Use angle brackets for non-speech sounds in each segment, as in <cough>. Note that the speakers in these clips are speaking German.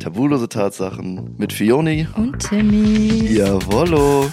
Tabulose Tatsachen mit Fioni. Und Timmy. Jawollo.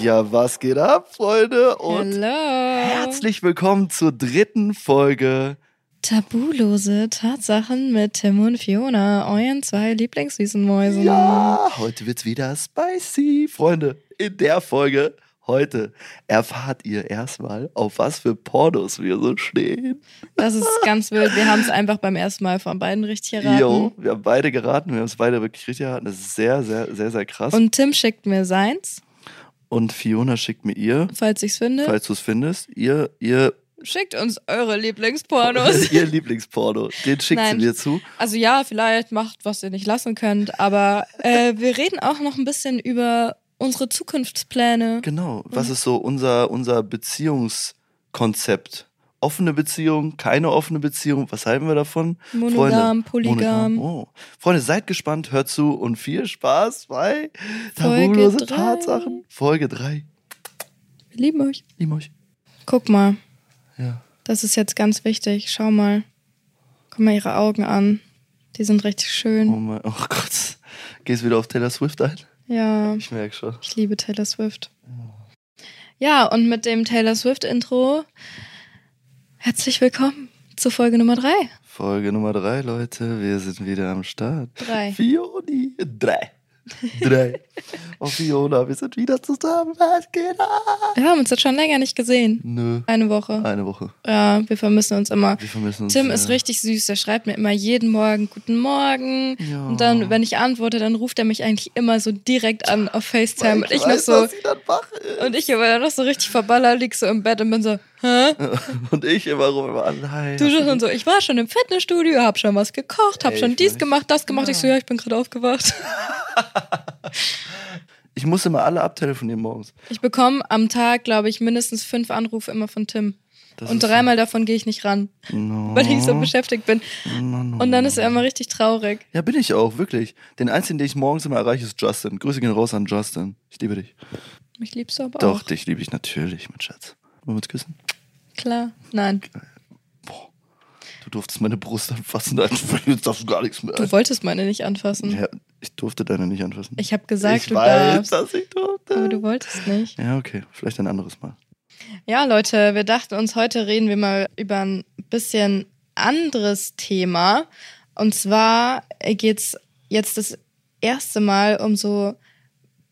Ja, was geht ab, Freunde? Und Hallo. herzlich willkommen zur dritten Folge. Tabulose Tatsachen mit Tim und Fiona, euren zwei Lieblingssüßenmäusen. Ja, heute wird's wieder spicy, Freunde. In der Folge heute erfahrt ihr erstmal, auf was für Pornos wir so stehen. Das ist ganz wild. Wir haben es einfach beim ersten Mal von beiden richtig erraten. Jo, wir haben beide geraten, wir haben es beide wirklich richtig geraten. Das ist sehr, sehr, sehr, sehr krass. Und, Und Tim schickt mir seins, Fiona schickt mir ihr, falls ich's finde. falls du es findest, ihr, ihr, Schickt uns eure <laughs> Lieblingspornos. ihr Lieblingsporno. Den schickt Nein. sie mir zu. Also ja, vielleicht macht, was ihr nicht lassen könnt, aber äh, wir reden auch noch ein bisschen über unsere Zukunftspläne. Genau. Was ist so unser, unser Beziehungskonzept? Offene Beziehung, keine offene Beziehung, was halten wir davon? Monogam, polygam. Monogam, Oh. Freunde, seid gespannt, hört zu und viel Spaß bei Folge Tabulose drei. Tatsachen. Folge 3. Wir lieben euch. Lieben euch. Guck mal. Ja. Das ist jetzt ganz wichtig. Schau mal. Guck mal ihre Augen an. Die sind richtig Oh schön. mein oh Gott. Gehst wieder auf Taylor Swift ein? Ja, Ich merke schon. ich liebe Taylor Swift. Ja, und mit dem Taylor Swift-Intro herzlich willkommen zu Folge Nummer 3. Folge Nummer 3, Leute. Wir sind wieder am Start. Drei. Fioni. Drei. Drei. oh, Fiona, wir sind wieder zusammen. Was geht ab? Wir haben uns jetzt schon länger nicht gesehen. Nö. Eine Woche. Eine Woche. Ja, wir vermissen uns immer. Wir vermissen uns. Tim sehr. ist richtig süß. Der schreibt mir immer jeden Morgen Guten Morgen. Ja. Und dann, wenn ich antworte, dann ruft er mich eigentlich immer so direkt an auf FaceTime. Weil und ich noch weiß, so, dass sie dann wach ist. Und ich aber noch so richtig verballert, lieg so im Bett und bin so, hä? Und ich immer rum, immer, nein. Du schon so, ich war schon im Fitnessstudio, hab schon was gekocht, hab Ey, schon ich dies weiß. gemacht, das gemacht. Ich so, ja, ich bin gerade aufgewacht. <laughs> Ich muss immer alle abtelefonieren morgens. Ich bekomme am Tag, glaube ich, mindestens fünf Anrufe immer von Tim. Das und ist- Oh. dreimal davon gehe ich nicht ran, No. weil ich so beschäftigt <laughs> bin. No, no. Und dann ist Oh. er immer richtig traurig. Ja, bin ich auch, wirklich. Den einzigen, den ich morgens immer erreiche, ist Justin. Grüße gehen raus an Justin. Ich liebe dich. Mich liebst du aber Doch, auch. dich liebe ich natürlich, mein Schatz. Wollen wir uns küssen? Klar. Nein. Du durftest meine Brust anfassen, Alter. <laughs> jetzt darfst du gar nichts mehr. Du wolltest meine nicht anfassen. ja, ich durfte deine nicht anfassen. Ich habe gesagt, Ich du weiß, darfst. dass ich durfte. Aber du wolltest nicht. ja, okay. Vielleicht ein anderes Mal. Ja, Leute, wir dachten uns, heute reden wir mal über ein bisschen anderes Thema. Und zwar geht's jetzt das erste Mal um so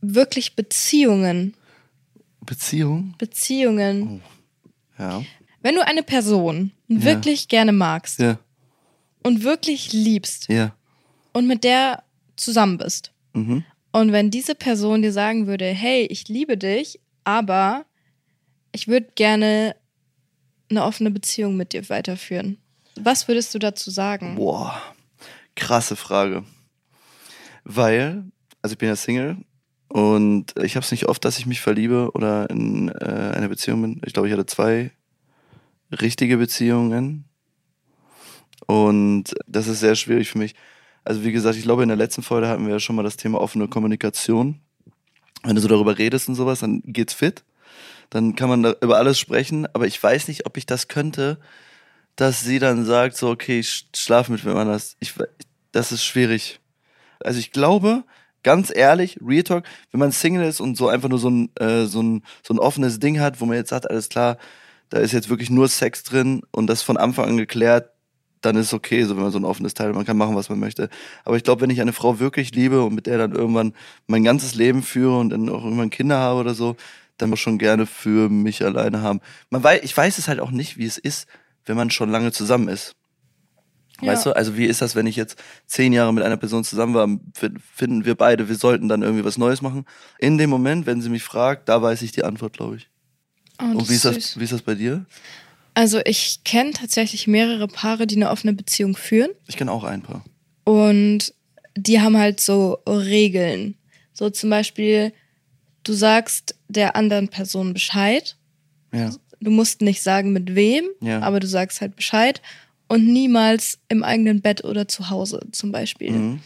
wirklich Beziehungen. Beziehung? Beziehungen. Ja. Wenn du eine Person Ja. wirklich gerne magst Ja. und wirklich liebst Ja. und mit der zusammen bist. Mhm. Und wenn diese Person dir sagen würde, hey, ich liebe dich, aber ich würde gerne eine offene Beziehung mit dir weiterführen. Was würdest du dazu sagen? Boah, krasse Frage. Weil, also ich bin ja Single und ich habe es nicht oft, dass ich mich verliebe oder in äh, eine Beziehung bin. Ich glaube, ich hatte zwei richtige Beziehungen und das ist sehr schwierig für mich. Also wie gesagt, ich glaube, in der letzten Folge hatten wir ja schon mal das Thema offene Kommunikation. Wenn du so darüber redest und sowas, dann geht's fit. Dann kann man da über alles sprechen, aber ich weiß nicht, ob ich das könnte, dass sie dann sagt, so, okay, ich sch- schlaf mit wem anders. Ich, we- das ist schwierig. Also ich glaube, ganz ehrlich, Real Talk, wenn man Single ist und so einfach nur so ein, äh, so ein, so ein offenes Ding hat, wo man jetzt sagt, alles klar, da ist jetzt wirklich nur Sex drin und das von Anfang an geklärt, dann ist es okay, so wenn man so ein offenes Teil hat, man kann machen, was man möchte. Aber ich glaube, wenn ich eine Frau wirklich liebe und mit der dann irgendwann mein ganzes Leben führe und dann auch irgendwann Kinder habe oder so, dann muss ich schon gerne für mich alleine haben. Man weiß, ich weiß es halt auch nicht, wie es ist, wenn man schon lange zusammen ist. Ja. Weißt du, also wie ist das, wenn ich jetzt zehn Jahre mit einer Person zusammen war, fin- finden wir beide, wir sollten dann irgendwie was Neues machen. In dem Moment, wenn sie mich fragt, da weiß ich die Antwort, glaube ich. Oh, Und wie ist, süß. das, wie ist das bei dir? Also ich kenne tatsächlich mehrere Paare, die eine offene Beziehung führen Ich kenne auch ein paar. und die haben halt so Regeln. So zum Beispiel, du sagst der anderen Person Bescheid Ja. Du musst nicht sagen, mit wem, Ja. aber du sagst halt Bescheid. Und niemals im eigenen Bett oder zu Hause zum Beispiel. Mhm.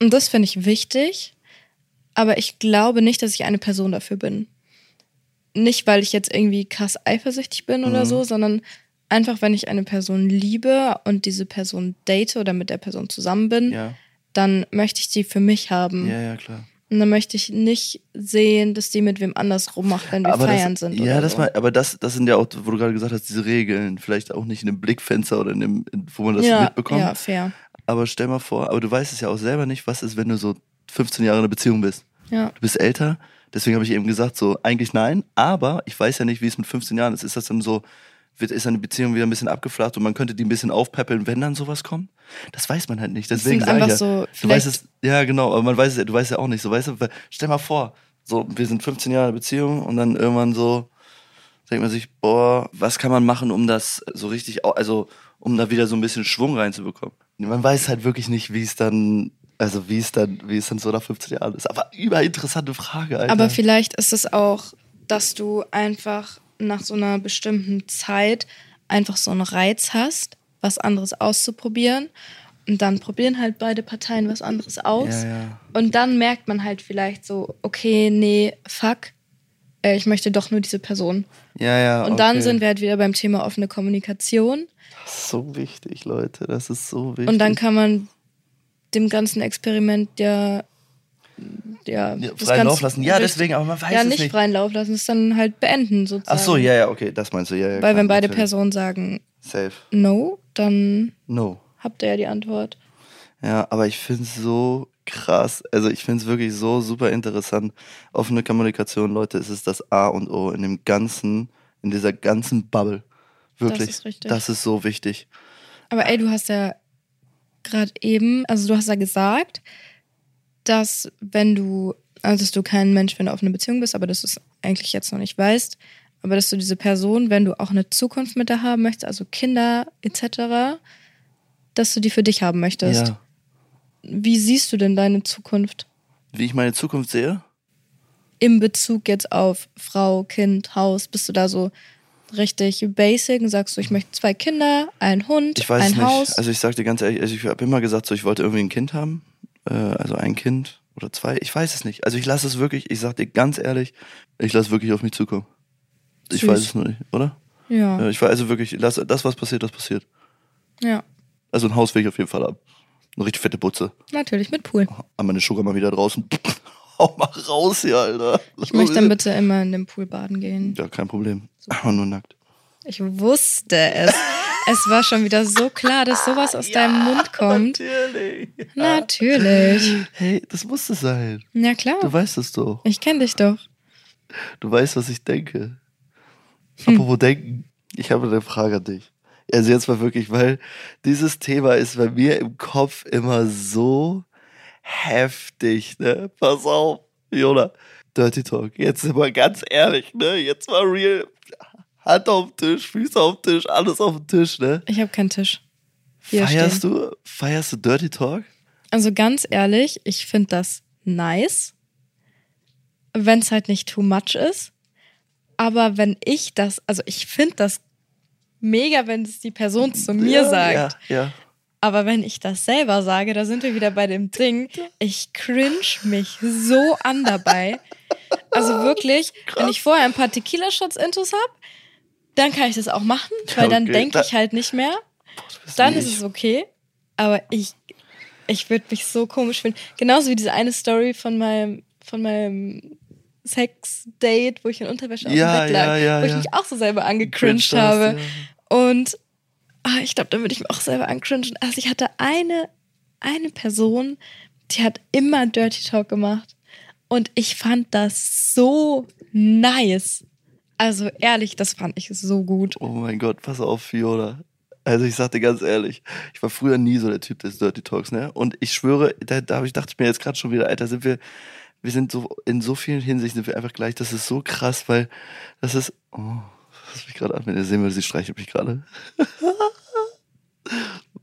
Und das finde ich wichtig, aber ich glaube nicht, dass ich eine Person dafür bin. nicht, weil ich jetzt irgendwie krass eifersüchtig bin oder Mhm. so, sondern einfach, wenn ich eine Person liebe und diese Person date oder mit der Person zusammen bin, Ja, dann möchte ich die für mich haben. ja, ja, klar. Und dann möchte ich nicht sehen, dass die mit wem anders rummacht, wenn wir feiern das, sind. Ja, oder das so. mal, aber das, das sind ja auch, wo du gerade gesagt hast, diese Regeln. Vielleicht auch nicht in einem Blickfenster oder in dem, in- wo man das ja, mitbekommt. Ja, fair. Aber stell mal vor, aber du weißt es ja auch selber nicht, was ist, wenn du so 15 Jahre in einer Beziehung bist. Ja. Du bist älter, deswegen habe ich eben gesagt, so eigentlich nein, aber ich weiß ja nicht, wie es mit 15 Jahren ist. Ist das dann so, wird, ist dann die Beziehung wieder ein bisschen abgeflacht und man könnte die ein bisschen aufpäppeln, wenn dann sowas kommt? Das weiß man halt nicht. Das Deswegen sind sag ich einfach ja, so, Du vielleicht weißt es, ja genau, aber man weiß es, ja- du weißt ja auch nicht, so weißt du, weil- stell mal vor, so wir sind 15 Jahre in einer Beziehung und dann irgendwann so denkt man sich, boah, was kann man machen, um das so richtig, au- also um da wieder so ein bisschen Schwung reinzubekommen. Man weiß halt wirklich nicht, wie es dann, also wie es dann, wie es dann so nach 15 Jahren ist. Aber überinteressante Frage, Alter. Aber vielleicht ist es auch, dass du einfach nach so einer bestimmten Zeit einfach so einen Reiz hast, was anderes auszuprobieren. Und dann probieren halt beide Parteien was anderes aus. Ja, ja. Und dann merkt man halt vielleicht so, okay, nee, fuck, äh, ich möchte doch nur diese Person. Ja, ja. Und dann sind wir halt wieder beim Thema offene Kommunikation. So wichtig, Leute. Das ist so wichtig. Und dann kann man dem ganzen Experiment ja. Ja, ja, das freien ganz Lauf lassen. Ja, richtig- deswegen, aber man weiß ja, es nicht, nicht. freien Lauf lassen, es dann halt beenden sozusagen. Ach so, ja, ja, okay, das meinst du, ja, ja. Weil klar, wenn beide natürlich. Personen sagen Safe. No, dann No. habt ihr ja die Antwort. Ja, aber ich finde es so krass. Also ich finde es wirklich so super interessant. Offene Kommunikation, Leute, es ist das A und O in dem ganzen, in dieser ganzen Bubble. Wirklich. ist richtig. Das ist so wichtig. Aber ey, du hast ja gerade eben, also du hast ja gesagt, dass wenn du, also dass du kein Mensch, wenn du auf eine Beziehung bist, aber dass du es eigentlich jetzt noch nicht weißt, aber dass du diese Person, wenn du auch eine Zukunft mit der haben möchtest, also Kinder etc., dass du die für dich haben möchtest. Ja. Wie siehst du denn deine Zukunft Wie ich meine Zukunft sehe? im Bezug jetzt auf Frau, Kind, Haus? Bist du da so richtig basic und sagst du, ich möchte zwei Kinder, einen Hund, Ich weiß ein es nicht. Haus? Also ich sag dir ganz ehrlich, also ich habe immer gesagt, so ich wollte irgendwie ein Kind haben. Äh, also ein Kind oder zwei. Ich weiß es nicht. Also ich lasse es wirklich, ich sag dir ganz ehrlich, ich lasse wirklich auf mich zukommen. Ich Süß. weiß es nur nicht, oder? ja, Ja, ich war also wirklich, lass, das, was passiert, das passiert. ja, Also ein Haus will ich auf jeden Fall haben. Eine richtig fette Butze. natürlich mit Pool. An meine Sugar mal wieder draußen. <laughs> Hau mal raus hier, Alter. Ich möchte Oh, äh. dann bitte immer in den Pool baden gehen. Ja, kein Problem. Aber nur nackt. Ich wusste <laughs> es. Es war schon wieder so klar, dass sowas aus deinem Mund kommt. Natürlich. Natürlich. Hey, das muss es sein. Na äh. Du klar. weißt es doch. Ich kenne dich doch. Du weißt, was ich denke. Hm. Apropos denken, ich habe eine Frage an dich. Also jetzt mal wirklich, weil dieses Thema ist bei mir im Kopf immer so heftig, ne? Pass auf, Jona. Dirty Talk. Jetzt sind wir ganz ehrlich, ne? Jetzt mal real. Hand auf den Tisch, Füße auf den Tisch, alles auf den Tisch, ne? Ich habe keinen Tisch. Hier Feierst stehen. du, feierst du Dirty Talk? Also ganz ehrlich, ich finde das nice, wenn es halt nicht too much ist. Aber wenn ich das, also ich finde das mega, wenn es die Person zu mir ja, sagt. Ja, ja. Aber wenn ich das selber sage, da sind wir wieder bei dem Ding, ich cringe mich so an dabei. Also wirklich, wenn ich vorher ein paar Tequila-Shots intus hab, dann kann ich das auch machen, weil dann Okay, denke da- ich halt nicht mehr. Du bist Dann wie ist ich. es okay. Aber ich, ich würde mich so komisch fühlen. Genauso wie diese eine Story von meinem, von meinem Sex-Date, wo ich in Unterwäsche auf Ja, dem Bett lag, ja, ja, wo ich ja. mich auch so selber Cringe angecringed das, habe. ja. Und ah, ich glaube, da würde ich mich auch selber ancringen. Also ich hatte eine, eine Person, die hat immer Dirty Talk gemacht. Und ich fand das so nice. Also ehrlich, das fand ich so gut. Oh mein Gott, pass auf, Fiona. Also ich sag dir ganz ehrlich, ich war früher nie so der Typ des Dirty Talks, ne? Und ich schwöre, da, da hab ich, dachte ich mir jetzt gerade schon wieder, Alter, sind wir, wir sind so, in so vielen Hinsichten sind wir einfach gleich. Das ist so krass, weil das ist, oh, was mich gerade an, wenn ihr sehen würdet, sie streichelt mich gerade. <laughs>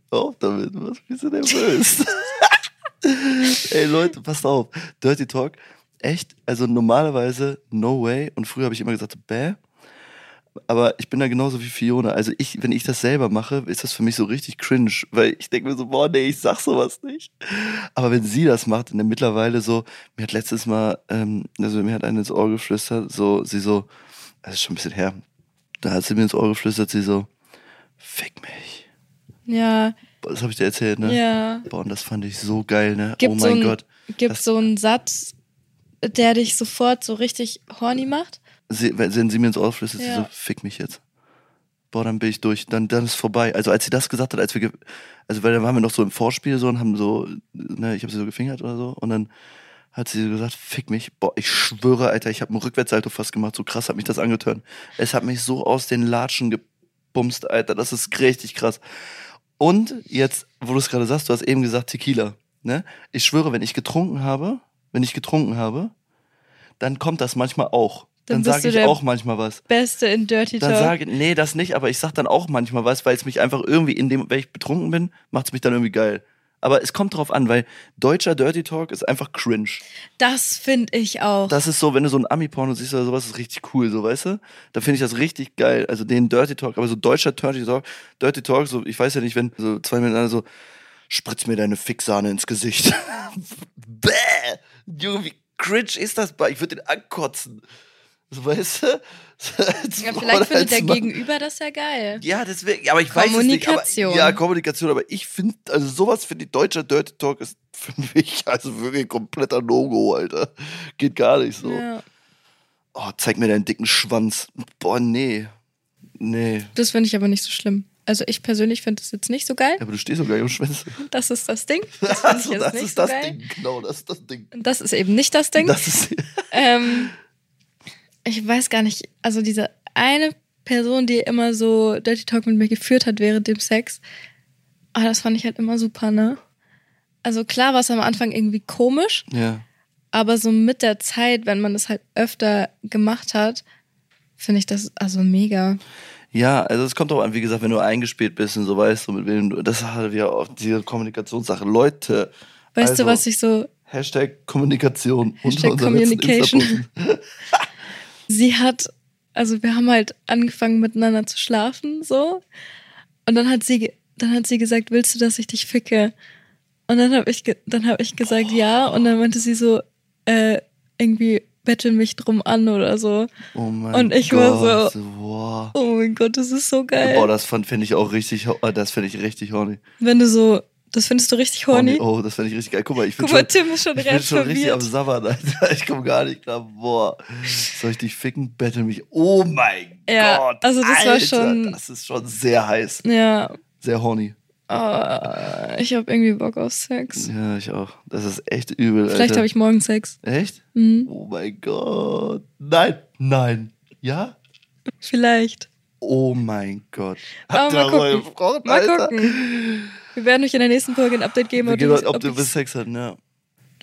auf damit, was bist du nervös? <laughs> Ey Leute, passt auf, Dirty Talk, echt, also normalerweise no way und früher habe ich immer gesagt, so, bäh, aber ich bin da genauso wie Fiona. Also ich, wenn ich das selber mache, ist das für mich so richtig cringe, weil ich denke mir so, boah, nee, ich sag sowas nicht. Aber wenn sie das macht, und dann mittlerweile so, mir hat letztes Mal, ähm, also mir hat eine ins Ohr geflüstert, so, sie so, das ist schon ein bisschen her, da hat sie mir ins Ohr geflüstert, sie so, fick mich. Ja, Boah, Das habe ich dir erzählt, ne? ja. Boah, und das fand ich so geil, ne? Gibt oh so mein ein- Gott. Gibt Das- so einen Satz, der dich sofort so richtig horny macht? Sie, wenn wenn sie mir ins Ohr flüstert, sie Ja. so, fick mich jetzt. Boah, dann bin ich durch, dann, dann ist vorbei. Also als sie das gesagt hat, als wir, ge- also weil dann waren wir noch so im Vorspiel so und haben so, ne, ich habe sie so gefingert oder so und dann hat sie so gesagt, fick mich, boah, ich schwöre, Alter, ich habe einen Rückwärtssalto fast gemacht, so krass hat mich das angetört. Es hat mich so aus den Latschen gebumst, Alter, das ist richtig krass. Und jetzt, wo du es gerade sagst, du hast eben gesagt Tequila, ne? Ich schwöre, wenn ich getrunken habe, wenn ich getrunken habe, dann kommt das manchmal auch. Dann Dann, bist sage du ich der auch manchmal was. Beste in Dirty Dann Talk. sage nee, das nicht, aber ich sag dann auch manchmal was, weil es mich einfach irgendwie, in dem, wenn ich betrunken bin, macht es mich dann irgendwie geil. Aber es kommt drauf an, weil deutscher Dirty Talk ist einfach cringe. Das finde ich auch. Das ist so, wenn du so ein Ami-Porno siehst oder sowas, ist richtig cool, so, weißt du? Da finde ich das richtig geil. Also den Dirty Talk, aber so deutscher Dirty Talk, Dirty Talk, so, ich weiß ja nicht, wenn so zwei miteinander so, spritz mir deine Fixsahne ins Gesicht. <laughs> Bäh! Junge, wie cringe ist das? Ich würde den ankotzen. So, weißt du? <laughs> So, als ja, Frau <laughs> vielleicht oder findet als der Mann. Gegenüber das ja geil. Ja, deswegen, aber ich weiß es nicht. Aber, Kommunikation. ja, Kommunikation, aber ich finde, also sowas finde ich, deutscher Dirty Talk ist für mich <laughs> also wirklich kompletter No-Go, Alter. Geht gar nicht so. Ja. Oh, zeig mir deinen dicken Schwanz. Boah, nee. Nee. Das finde ich aber nicht so schlimm. Also ich persönlich finde das jetzt nicht so geil. Ja, aber du stehst sogar im Schwanz. Das ist das Ding. Das <laughs> finde ich Also, jetzt das nicht ist so das geil. Ding. Genau, das ist das Ding. Das ist eben nicht das Ding. Das ist, Ähm, ich weiß gar nicht, also diese eine Person, die immer so Dirty Talk mit mir geführt hat während dem Sex, ah, das fand ich halt immer super, ne? Also klar war es am Anfang irgendwie komisch, ja. aber so mit der Zeit, wenn man das halt öfter gemacht hat, finde ich das also mega. Ja, also es kommt auch an, wie gesagt, wenn du eingespielt bist und so weißt du, mit wem du. Das ist halt wieder auch diese Kommunikationssache. Leute. Weißt also, du, was ich so Hashtag Kommunikation. Hashtag unter unserem letzten Communication. Insta-Post. sie hat, also wir haben halt angefangen miteinander zu schlafen, so. Und dann hat sie, ge- dann hat sie gesagt, willst du, dass ich dich ficke? Und dann habe ich, ge- dann habe ich gesagt, ja. Und dann meinte sie so, äh, irgendwie bettel mich drum an oder so. Oh mein <laughs> Und ich Gott. war Wow. Oh mein Gott, das ist so geil. Boah, das finde ich auch richtig, ho- das finde ich richtig horny. Wenn du so, das findest du richtig horny. Oh, das finde ich richtig geil. Guck mal, ich bin Guck mal, schon, Tim ist schon Ich <laughs> bin recht schon richtig am verwirrt. Sabbern, Alter. Ich komme gar nicht klar. Boah, soll ich dich ficken? Bettel mich. Oh mein Ja, Gott. also das war Alter, schon- Das ist schon sehr heiß. Ja, Sehr horny. oh, ich habe irgendwie Bock auf Sex. Ja, ich auch. Das ist echt übel, Vielleicht Alter. habe ich morgen Sex. Echt? Hm, Oh mein Gott. Nein, nein. Ja? vielleicht. Oh mein Gott. Aber mal darüber gucken. gesprochen, Mal Alter? gucken. Wir werden euch in der nächsten Folge ein Update geben. Wir ob gehen, ich- mal, ob ob du ich- bis Sex hatten, ja.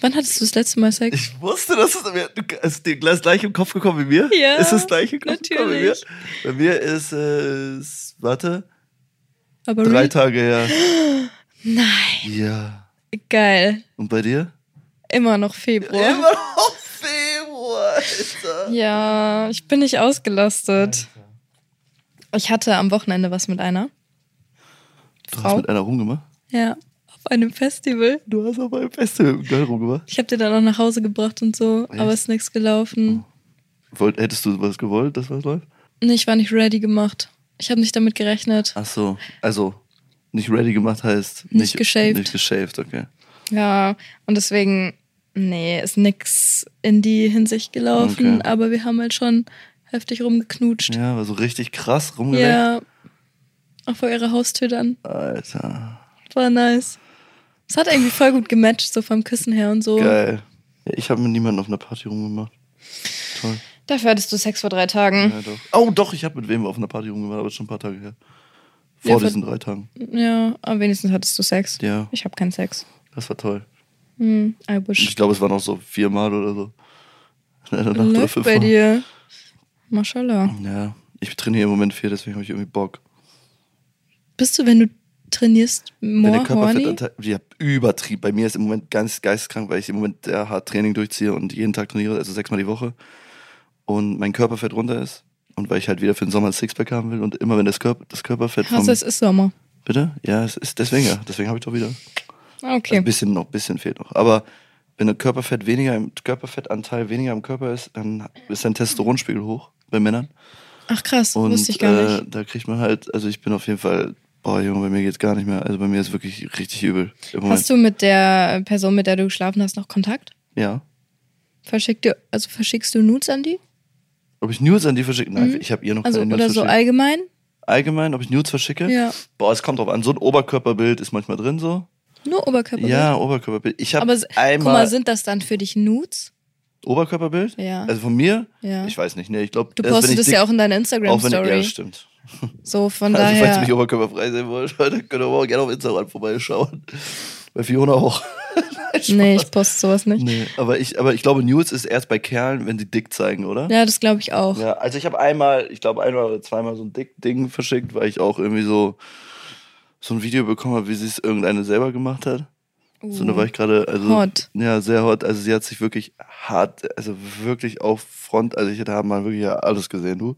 Wann hattest du das letzte Mal Sex? Ich wusste, dass es mir ist dir gleich, gleich im Kopf gekommen wie mir. Ja, Ist es gleich im Kopf gekommen wie mir? natürlich. Bei mir ist es, warte, Aber drei real- Tage her. Nein. Ja. Geil. Und bei dir? Immer noch Februar. Immer noch Februar, Alter. Ja, ich bin nicht ausgelastet. Ich hatte am Wochenende was mit einer. Du hast Frau? mit einer rumgemacht? Ja, auf einem Festival. Du hast aber im Festival mit Girl rumgemacht. Ich habe die dann auch nach Hause gebracht und so, Echt? Oh. aber ist nichts gelaufen. Wollt, hättest du was gewollt, dass was läuft? Nee, ich war nicht ready gemacht. Ich habe nicht damit gerechnet. Ach so, also nicht ready gemacht heißt Nicht geshaved. Nicht geshaved, okay. Ja, und deswegen, nee, ist nix in die Hinsicht gelaufen, Okay. aber wir haben halt schon heftig rumgeknutscht. Ja, war so richtig krass rumgeleckt. Ja. Auch vor ihrer Haustür dann. Alter, War nice. Es hat irgendwie voll gut gematcht, so vom Küssen her und so. geil. Ja, ich habe mit niemandem auf einer Party rumgemacht. Toll. Dafür hattest du Sex vor drei Tagen. Ja, doch. Oh, doch, ich habe mit wem auf einer Party rumgemacht, aber schon ein paar Tage her. Vor Ja, ver- diesen drei Tagen. Ja, aber wenigstens hattest du Sex. Ja, Ich habe keinen Sex. das war toll. Hm, I Und ich wish. glaube, es waren auch so viermal oder so. <laughs> In einer Nacht oder Läuft bei fünfmal. dir. Maschallah. Ja, ich trainiere im Moment viel, deswegen habe ich irgendwie Bock. Bist du, wenn du trainierst, Wenn der more horny? Körperfettanteil, ja, übertrieb. Bei mir ist im Moment ganz geisteskrank, weil ich im Moment sehr hart Training durchziehe und jeden Tag trainiere, also sechsmal die Woche. Und mein Körperfett runter ist. Und weil ich halt wieder für den Sommer ein Sixpack haben will und immer wenn das, Körper, das Körperfett vom, Krass, es ist Sommer. Bitte? Ja, es ist deswegen ja. Deswegen habe ich doch wieder. Also Ah, Okay. ein bisschen noch, bisschen fehlt noch. Aber wenn der Körperfett weniger im Körperfettanteil weniger im Körper ist, dann ist dein Testosteronspiegel hoch. bei Männern. Ach krass, Und wusste ich gar äh, nicht. da kriegt man halt, also ich bin auf jeden Fall, boah Junge, bei mir geht's gar nicht mehr. Also bei mir ist wirklich richtig übel im Moment. Hast du mit der Person, mit der du geschlafen hast, noch Kontakt? Ja. Verschick dir, also verschickst du Nudes an die? Ob ich News an die verschicke? Nein, Mhm. ich habe ihr noch Also keine News oder so verschickt. allgemein? Allgemein, ob ich News verschicke? Ja. Boah, es kommt drauf an. So ein Oberkörperbild ist manchmal drin so. Nur Oberkörper. Ja, Oberkörperbild. Ich habe Aber s- einmal guck mal, sind das dann für dich Nudes? Oberkörperbild. Ja. Also von mir? Ja. Ich weiß nicht. Nee, ich glaube, Du postest das ja auch in deiner Instagram Auch wenn ich, ja, das Story. stimmt. So von Also, falls ihr mich daher. oberkörperfrei sehen <laughs> wollt, Leute, könnt ihr auch gerne auf Instagram vorbeischauen. Bei Fiona auch. <laughs> Nee, ich poste sowas nicht. Nee, aber ich, aber ich glaube, News ist erst bei Kerlen, wenn sie dick zeigen, oder? Ja, das glaube ich auch. Ja, also ich habe einmal, ich glaube einmal oder zweimal so ein dick Ding verschickt, weil ich auch irgendwie so so ein Video bekommen habe, wie sie es irgendeine selber gemacht hat. So, Uh, und da war ich gerade, also Hot. ja, sehr hot. Also sie hat sich wirklich hart, also wirklich auf Front, also ich hätte haben mal wirklich ja alles gesehen, du.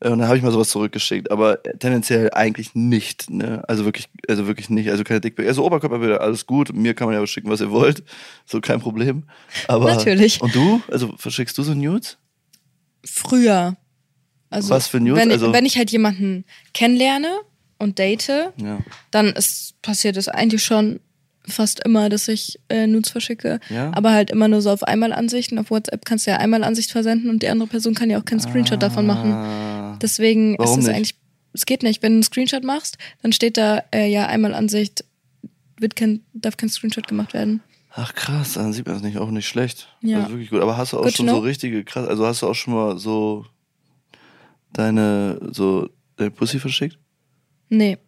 Äh, Und dann habe ich mal sowas zurückgeschickt, aber tendenziell eigentlich nicht, ne? Also wirklich, also wirklich nicht. Also keine Dickbilder. Also Oberkörperbilder, alles gut. Mir kann man ja schicken, was ihr wollt. So kein Problem. Aber Natürlich. Und du? Also verschickst du so Nudes? Früher. Also, Was für Nudes? Wenn, ich- Also- wenn ich halt jemanden kennenlerne und date, Ja. dann ist, passiert es eigentlich schon fast immer, dass ich äh, Nudes verschicke. Ja? Aber halt immer nur so auf Einmalansichten. Auf WhatsApp kannst du ja Einmalansicht versenden und die andere Person kann ja auch keinen Screenshot davon machen. machen. Deswegen Warum ist es nicht? eigentlich, es geht nicht. Wenn du einen Screenshot machst, dann steht da äh, ja Einmalansicht, wird kein, darf kein Screenshot gemacht werden. Ach krass, dann sieht man es nicht, auch nicht schlecht. Ja. Das ist wirklich gut. Aber hast du auch Good to schon so know. richtige, krass, also hast du auch schon mal so deine, so, deine Pussy verschickt? Nee,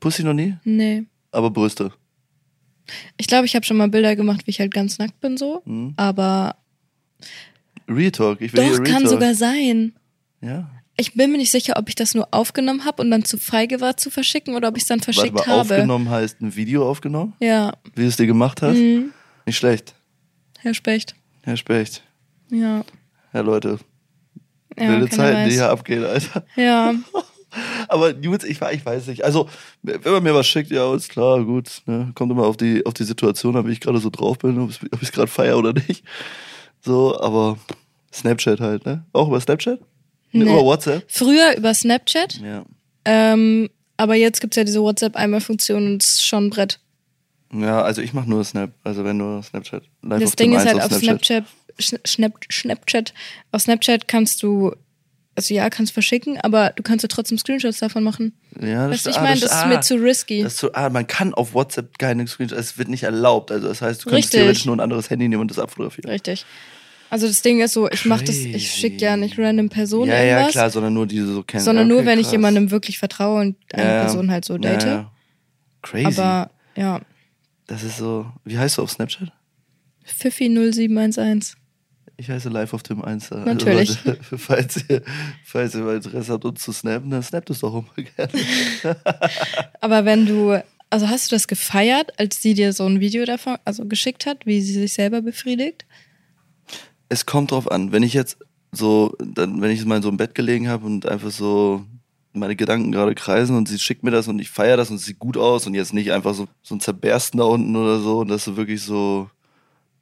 Pussy noch nie, nee. aber Brüste. Ich glaube, ich habe schon mal Bilder gemacht, wie ich halt ganz nackt bin so. Hm? Aber Real Talk, ich will hier doch, Real kann Talk. sogar sein. ja. Ich bin mir nicht sicher, ob ich das nur aufgenommen habe und dann zu feige war zu verschicken oder ob ich es dann Warte verschickt mal, habe. aufgenommen heißt ein Video aufgenommen, Ja. wie du es dir gemacht hast. Mhm. Nicht schlecht, Herr Specht. Herr Specht. Ja. Ja, Leute, ja wilde keiner Zeiten, weiß. die hier abgehen, Alter. Ja, Aber Nudes, ich, ich weiß nicht. Also, wenn man mir was schickt, ja, ist klar, gut. Ne? Kommt immer auf die, auf die Situation an, wie ich gerade so drauf bin, ob ich es gerade feier oder nicht. So, aber Snapchat halt, ne? Auch über Snapchat? Nee. Über WhatsApp? früher über Snapchat, Ja. ähm, aber jetzt gibt's ja diese WhatsApp-Einmal-Funktion und es ist schon ein Brett. Ja, also ich mache nur Snap, also wenn nur Snapchat. Live das auf Ding Tim ist 1 halt auf Snapchat, Schna- Snap, Snapchat, auf Snapchat kannst du, also ja, kannst verschicken, aber du kannst ja trotzdem Screenshots davon machen. Ja, das Weißt du, ist- ich ah, meine, das ist ah, mir zu risky. Das ist zu, ah, man kann auf WhatsApp keine Screenshots, es wird nicht erlaubt. Also das heißt, du kannst Richtig. theoretisch nur ein anderes Handy nehmen und das abfotografieren. Richtig. Also das Ding ist so, ich mach das, ich Crazy. schicke ja nicht random Personen Ja, ja, irgendwas, klar, sondern nur diese so kennen. sondern Ja, nur, okay, wenn ich krass. jemandem wirklich vertraue und eine Ja, ja. Person halt so Ja, date. ja. Ähm, Crazy. Aber ja, das ist so. Wie heißt du auf Snapchat? Fifi0711. Ich heiße Live auf Tim 1. Also Natürlich. Leute, <laughs> falls, ihr, falls ihr mal Interesse habt, uns zu snappen, dann snappt es doch mal gerne. Aber wenn du, also hast du das gefeiert, als sie dir so ein Video davon, also geschickt hat, wie sie sich selber befriedigt? Es kommt drauf an. Wenn ich jetzt so, dann, wenn ich mal in so im Bett gelegen habe und einfach so meine Gedanken gerade kreisen und sie schickt mir das und ich feiere das und es sieht gut aus und jetzt nicht einfach so, so ein Zerbersten da unten oder so und dass so wirklich so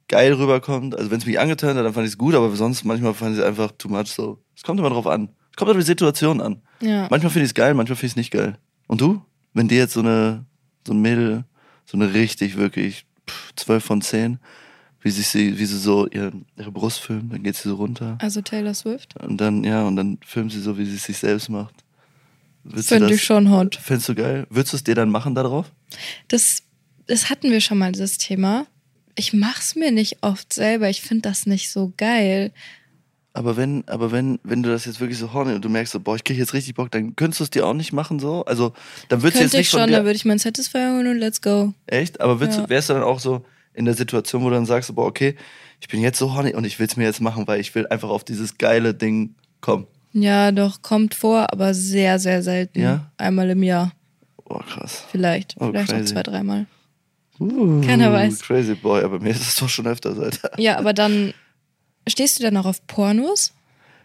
geil rüberkommt. Also wenn es mich angetönt hat, dann fand ich es gut, aber sonst manchmal fand ich es einfach too much so. Es kommt immer drauf an. Es kommt auf die Situation an. Ja. Manchmal finde ich es geil, manchmal finde ich es nicht geil. Und du? Wenn dir jetzt so eine, so ein Mädel, so eine richtig, wirklich pff, 12 von 10, wie, sich sie, wie sie so ihr, ihre Brust filmt, dann geht sie so runter. Also Taylor Swift? Und dann, ja, und dann filmt sie so, wie sie es sich selbst macht. Würdest du Finde das- ich schon hot. Findest du geil? Würdest du es dir dann machen darauf? Das, das hatten wir schon mal, dieses Thema. Ich mach's mir nicht oft selber. Ich finde das nicht so geil. Aber wenn, aber wenn, wenn du das jetzt wirklich so horny und du merkst so, boah, ich krieg jetzt richtig Bock, dann könntest du es dir auch nicht machen so? Also, dann würdest du jetzt Könnte nicht ich von schon, dir... da würde ich meinen Satisfier holen und let's go. Echt? Aber würdest Ja. du, wärst du dann auch so in der Situation, wo du dann sagst, boah, okay, ich bin jetzt so horny und ich will es mir jetzt machen, weil ich will einfach auf dieses geile Ding kommen. Ja, doch, kommt vor, aber sehr, sehr selten. Ja? Einmal im Jahr, Boah, krass. vielleicht. Oh, vielleicht auch crazy. zwei, dreimal. Uh, Keiner weiß. Crazy Boy, aber mir ist es doch schon öfters, Alter. Ja, aber dann stehst du dann auch auf Pornos?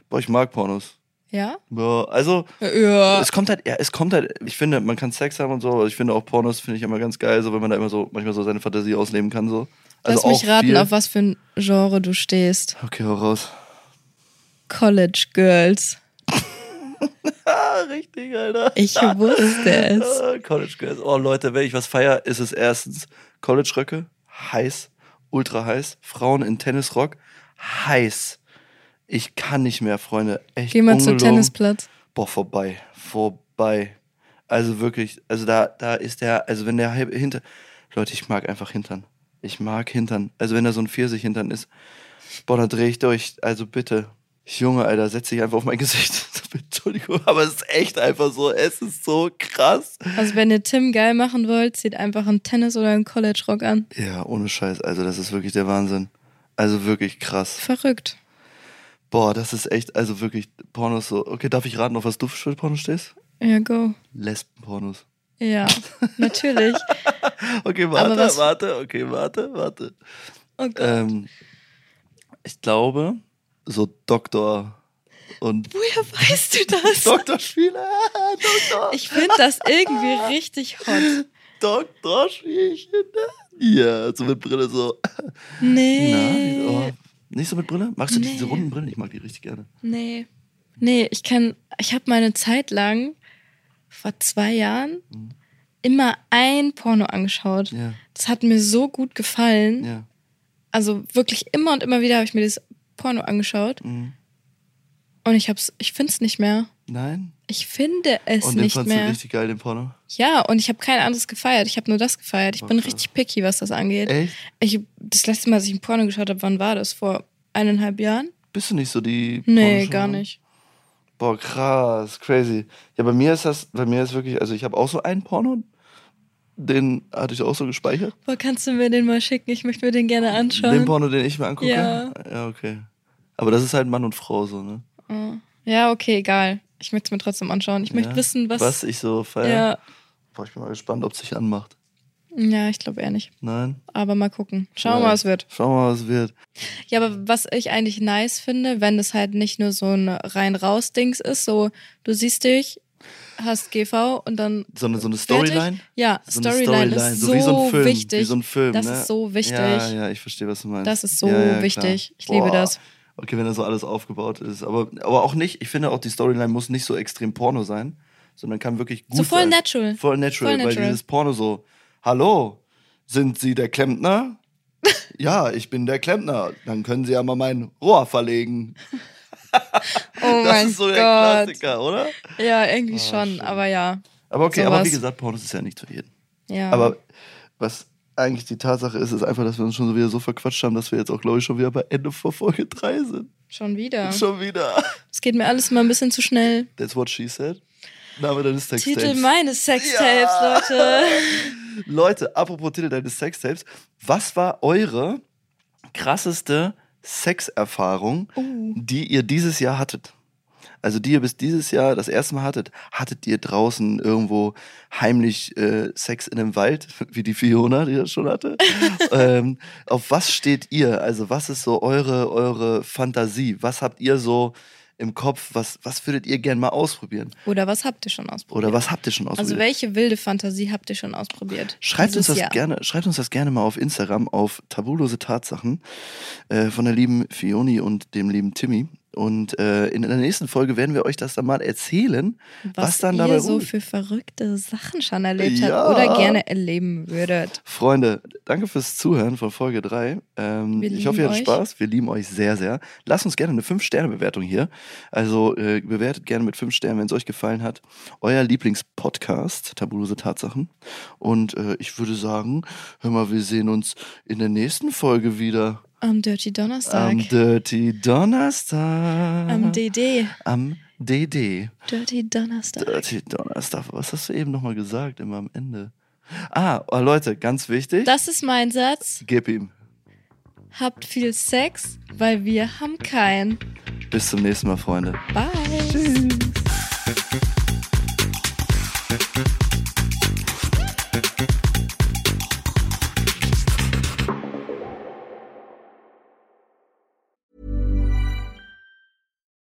Boah, ich mag Pornos. Ja? Ja, also, Ja. es kommt halt, ja, es kommt halt, ich finde, man kann Sex haben und so, aber ich finde auch Pornos finde ich immer ganz geil, so wenn man da immer so, manchmal so seine Fantasie ausleben kann, so. Lass Also mich raten, auf was für ein Genre du stehst. <laughs> Okay, hau raus. College Girls. <laughs> Richtig, Alter. <laughs> Ich wusste es. Ah, College Girls. Oh Leute, wenn ich was feier, ist es erstens College Röcke, heiß, ultra heiß, Frauen in Tennisrock, heiß. Ich kann nicht mehr, Freunde. Echt Geh mal zum ungelogen. Tennisplatz. Boah, vorbei, vorbei. Also wirklich, also da, da ist der, also wenn der halb- hinter, Leute, ich mag einfach Hintern. Ich mag Hintern. Also wenn da so ein Pfirsich-Hintern ist, boah, da drehe ich durch. Also bitte. Junge, Alter, setz dich einfach auf mein <laughs> Gesicht. Entschuldigung, aber es ist echt einfach so. Es ist so krass. Also wenn ihr Tim geil machen wollt, zieht einfach einen Tennis- oder einen College-Rock an. Ja, ohne Scheiß. Also, das ist wirklich der Wahnsinn. Also wirklich krass. Verrückt. Boah, das ist echt, also wirklich Pornos so. Okay, darf ich raten, auf was du für Pornos stehst? Ja, go. Lesbenpornos. Ja, natürlich. Okay, Aber warte, was- warte, okay, warte, warte. Oh Gott. Ähm, ich glaube, so Doktor <laughs> und <laughs> Woher weißt du das? Doktorspiele. <laughs> Doktor, Ich finde das irgendwie richtig hot. Doktorspielchen. Ja, so mit Brille so. Na, Nee. wie- oh. Nicht so mit Brille? Magst du Nee. diese runden Brillen? Ich mag die richtig gerne. Nee. Nee, ich kann, ich habe meine Zeit lang, vor zwei Jahren, Mhm. immer ein Porno angeschaut. Ja, Das hat mir so gut gefallen. ja. Also wirklich immer und immer wieder habe ich mir das Porno angeschaut. Mhm. Und ich hab's, ich find's nicht mehr. Nein? Ich finde es Und den nicht fandst du mehr. richtig geil, den Porno. Ja, und ich habe kein anderes gefeiert. Ich habe nur das gefeiert. Ich Boah, bin krass. richtig picky, was das angeht. Echt? Ich, das letzte Mal, dass ich ein Porno geschaut habe, wann war das? Vor eineinhalb Jahren? Bist du nicht so die. Nee, pornoschaue? gar nicht. Boah, krass, crazy. Ja, bei mir ist das, bei mir ist wirklich, also ich habe auch so einen Porno, den hatte ich auch so gespeichert. Boah, kannst du mir den mal schicken? Ich möchte mir den gerne Den anschauen. Porno, den ich mir angucke. Ja. ja, okay. Aber das ist halt Mann und Frau so, ne? Oh. Ja, okay, egal. Ich möchte es mir trotzdem anschauen. Ich möchte Ja. wissen, was. Was äh? ich so feiere. ja. Boah, ich bin mal gespannt, ob es sich anmacht. ja, ich glaube eher nicht. Nein? Aber mal gucken. Schauen wir Ja. mal, was wird. Schauen wir mal, was wird. Ja, aber was ich eigentlich nice finde, wenn es halt nicht nur so ein rein-raus-Dings ist, so du siehst dich, hast GV und dann. So eine, so eine fertig. Storyline? Ja, So eine Storyline, ist so, wie so ein Film. wichtig. Wie so ein Film, das ne? ist so wichtig. Ja, ja, ich verstehe, was du meinst. Das ist so ja, ja, klar. wichtig. Ich liebe Boah. das. Okay, wenn da so alles aufgebaut ist. Aber, aber auch nicht, ich finde auch, die Storyline muss nicht so extrem Porno sein, sondern kann wirklich gut So voll sein. natural. Voll natural, Voll weil natural. dieses Porno so, hallo, sind Sie der <laughs> Klempner? ja, ich bin der Klempner. Dann können Sie ja mal mein Rohr verlegen. Oh <laughs> das mein ist so Gott. der Klassiker, oder? Ja, irgendwie Ah, schon, schön. aber ja. Aber okay, aber Sowas. wie gesagt, Pornos ist ja nicht für jeden. ja. Aber was eigentlich die Tatsache ist, ist einfach, dass wir uns schon wieder so verquatscht haben, dass wir jetzt auch, glaube ich, schon wieder bei Ende von Folge 3 sind. schon wieder. Schon wieder. Es geht mir alles mal ein bisschen zu schnell. That's what she said. Name deines Sextapes. Titel meines Sextapes, Ja. <laughs> Leute. Leute, apropos Titel deines Sextapes, was war eure krasseste Sexerfahrung, Uh. die ihr dieses Jahr hattet? Also die ihr bis dieses Jahr das erste Mal hattet, hattet ihr draußen irgendwo heimlich äh, Sex in einem Wald, <laughs> wie die Fiona, die das schon <laughs> hatte? ähm, auf was steht ihr? Also was ist so eure, eure Fantasie? Was habt ihr so im Kopf? Was, was würdet ihr gern mal ausprobieren? Oder was habt ihr schon ausprobiert? Oder was habt ihr schon ausprobiert? Also welche wilde Fantasie habt ihr schon ausprobiert? Schreibt uns, Dieses das Jahr? gerne, schreibt uns das gerne mal auf Instagram, auf tabulose Tatsachen äh, von der lieben Fioni und dem lieben Timmy. Und äh, in der nächsten Folge werden wir euch das dann mal erzählen. was dann ihr dabei so ruft. für verrückte Sachen schon erlebt Ja. habt oder gerne erleben würdet. Freunde, danke fürs Zuhören von Folge 3. Ähm, Wir ich lieben hoffe, ihr hattet euch. Spaß. Wir lieben euch sehr, sehr. Lasst uns gerne eine 5-Sterne-Bewertung hier. Also äh, bewertet gerne mit 5 Sternen, wenn es euch gefallen hat. Euer Lieblingspodcast, Tabulose Tatsachen. Und äh, ich würde sagen, hör mal, wir sehen uns in der nächsten Folge wieder. Am Dirty Donnerstag. Am Dirty Donnerstag. Am DD. Am DD. Dirty Donnerstag. Dirty Donnerstag. Was hast du eben nochmal gesagt, immer am Ende? Ah, oh, Leute, ganz wichtig. Das ist mein Satz. Gib ihm. Habt viel Sex, weil wir haben keinen. Bis zum nächsten Mal, Freunde. Bye.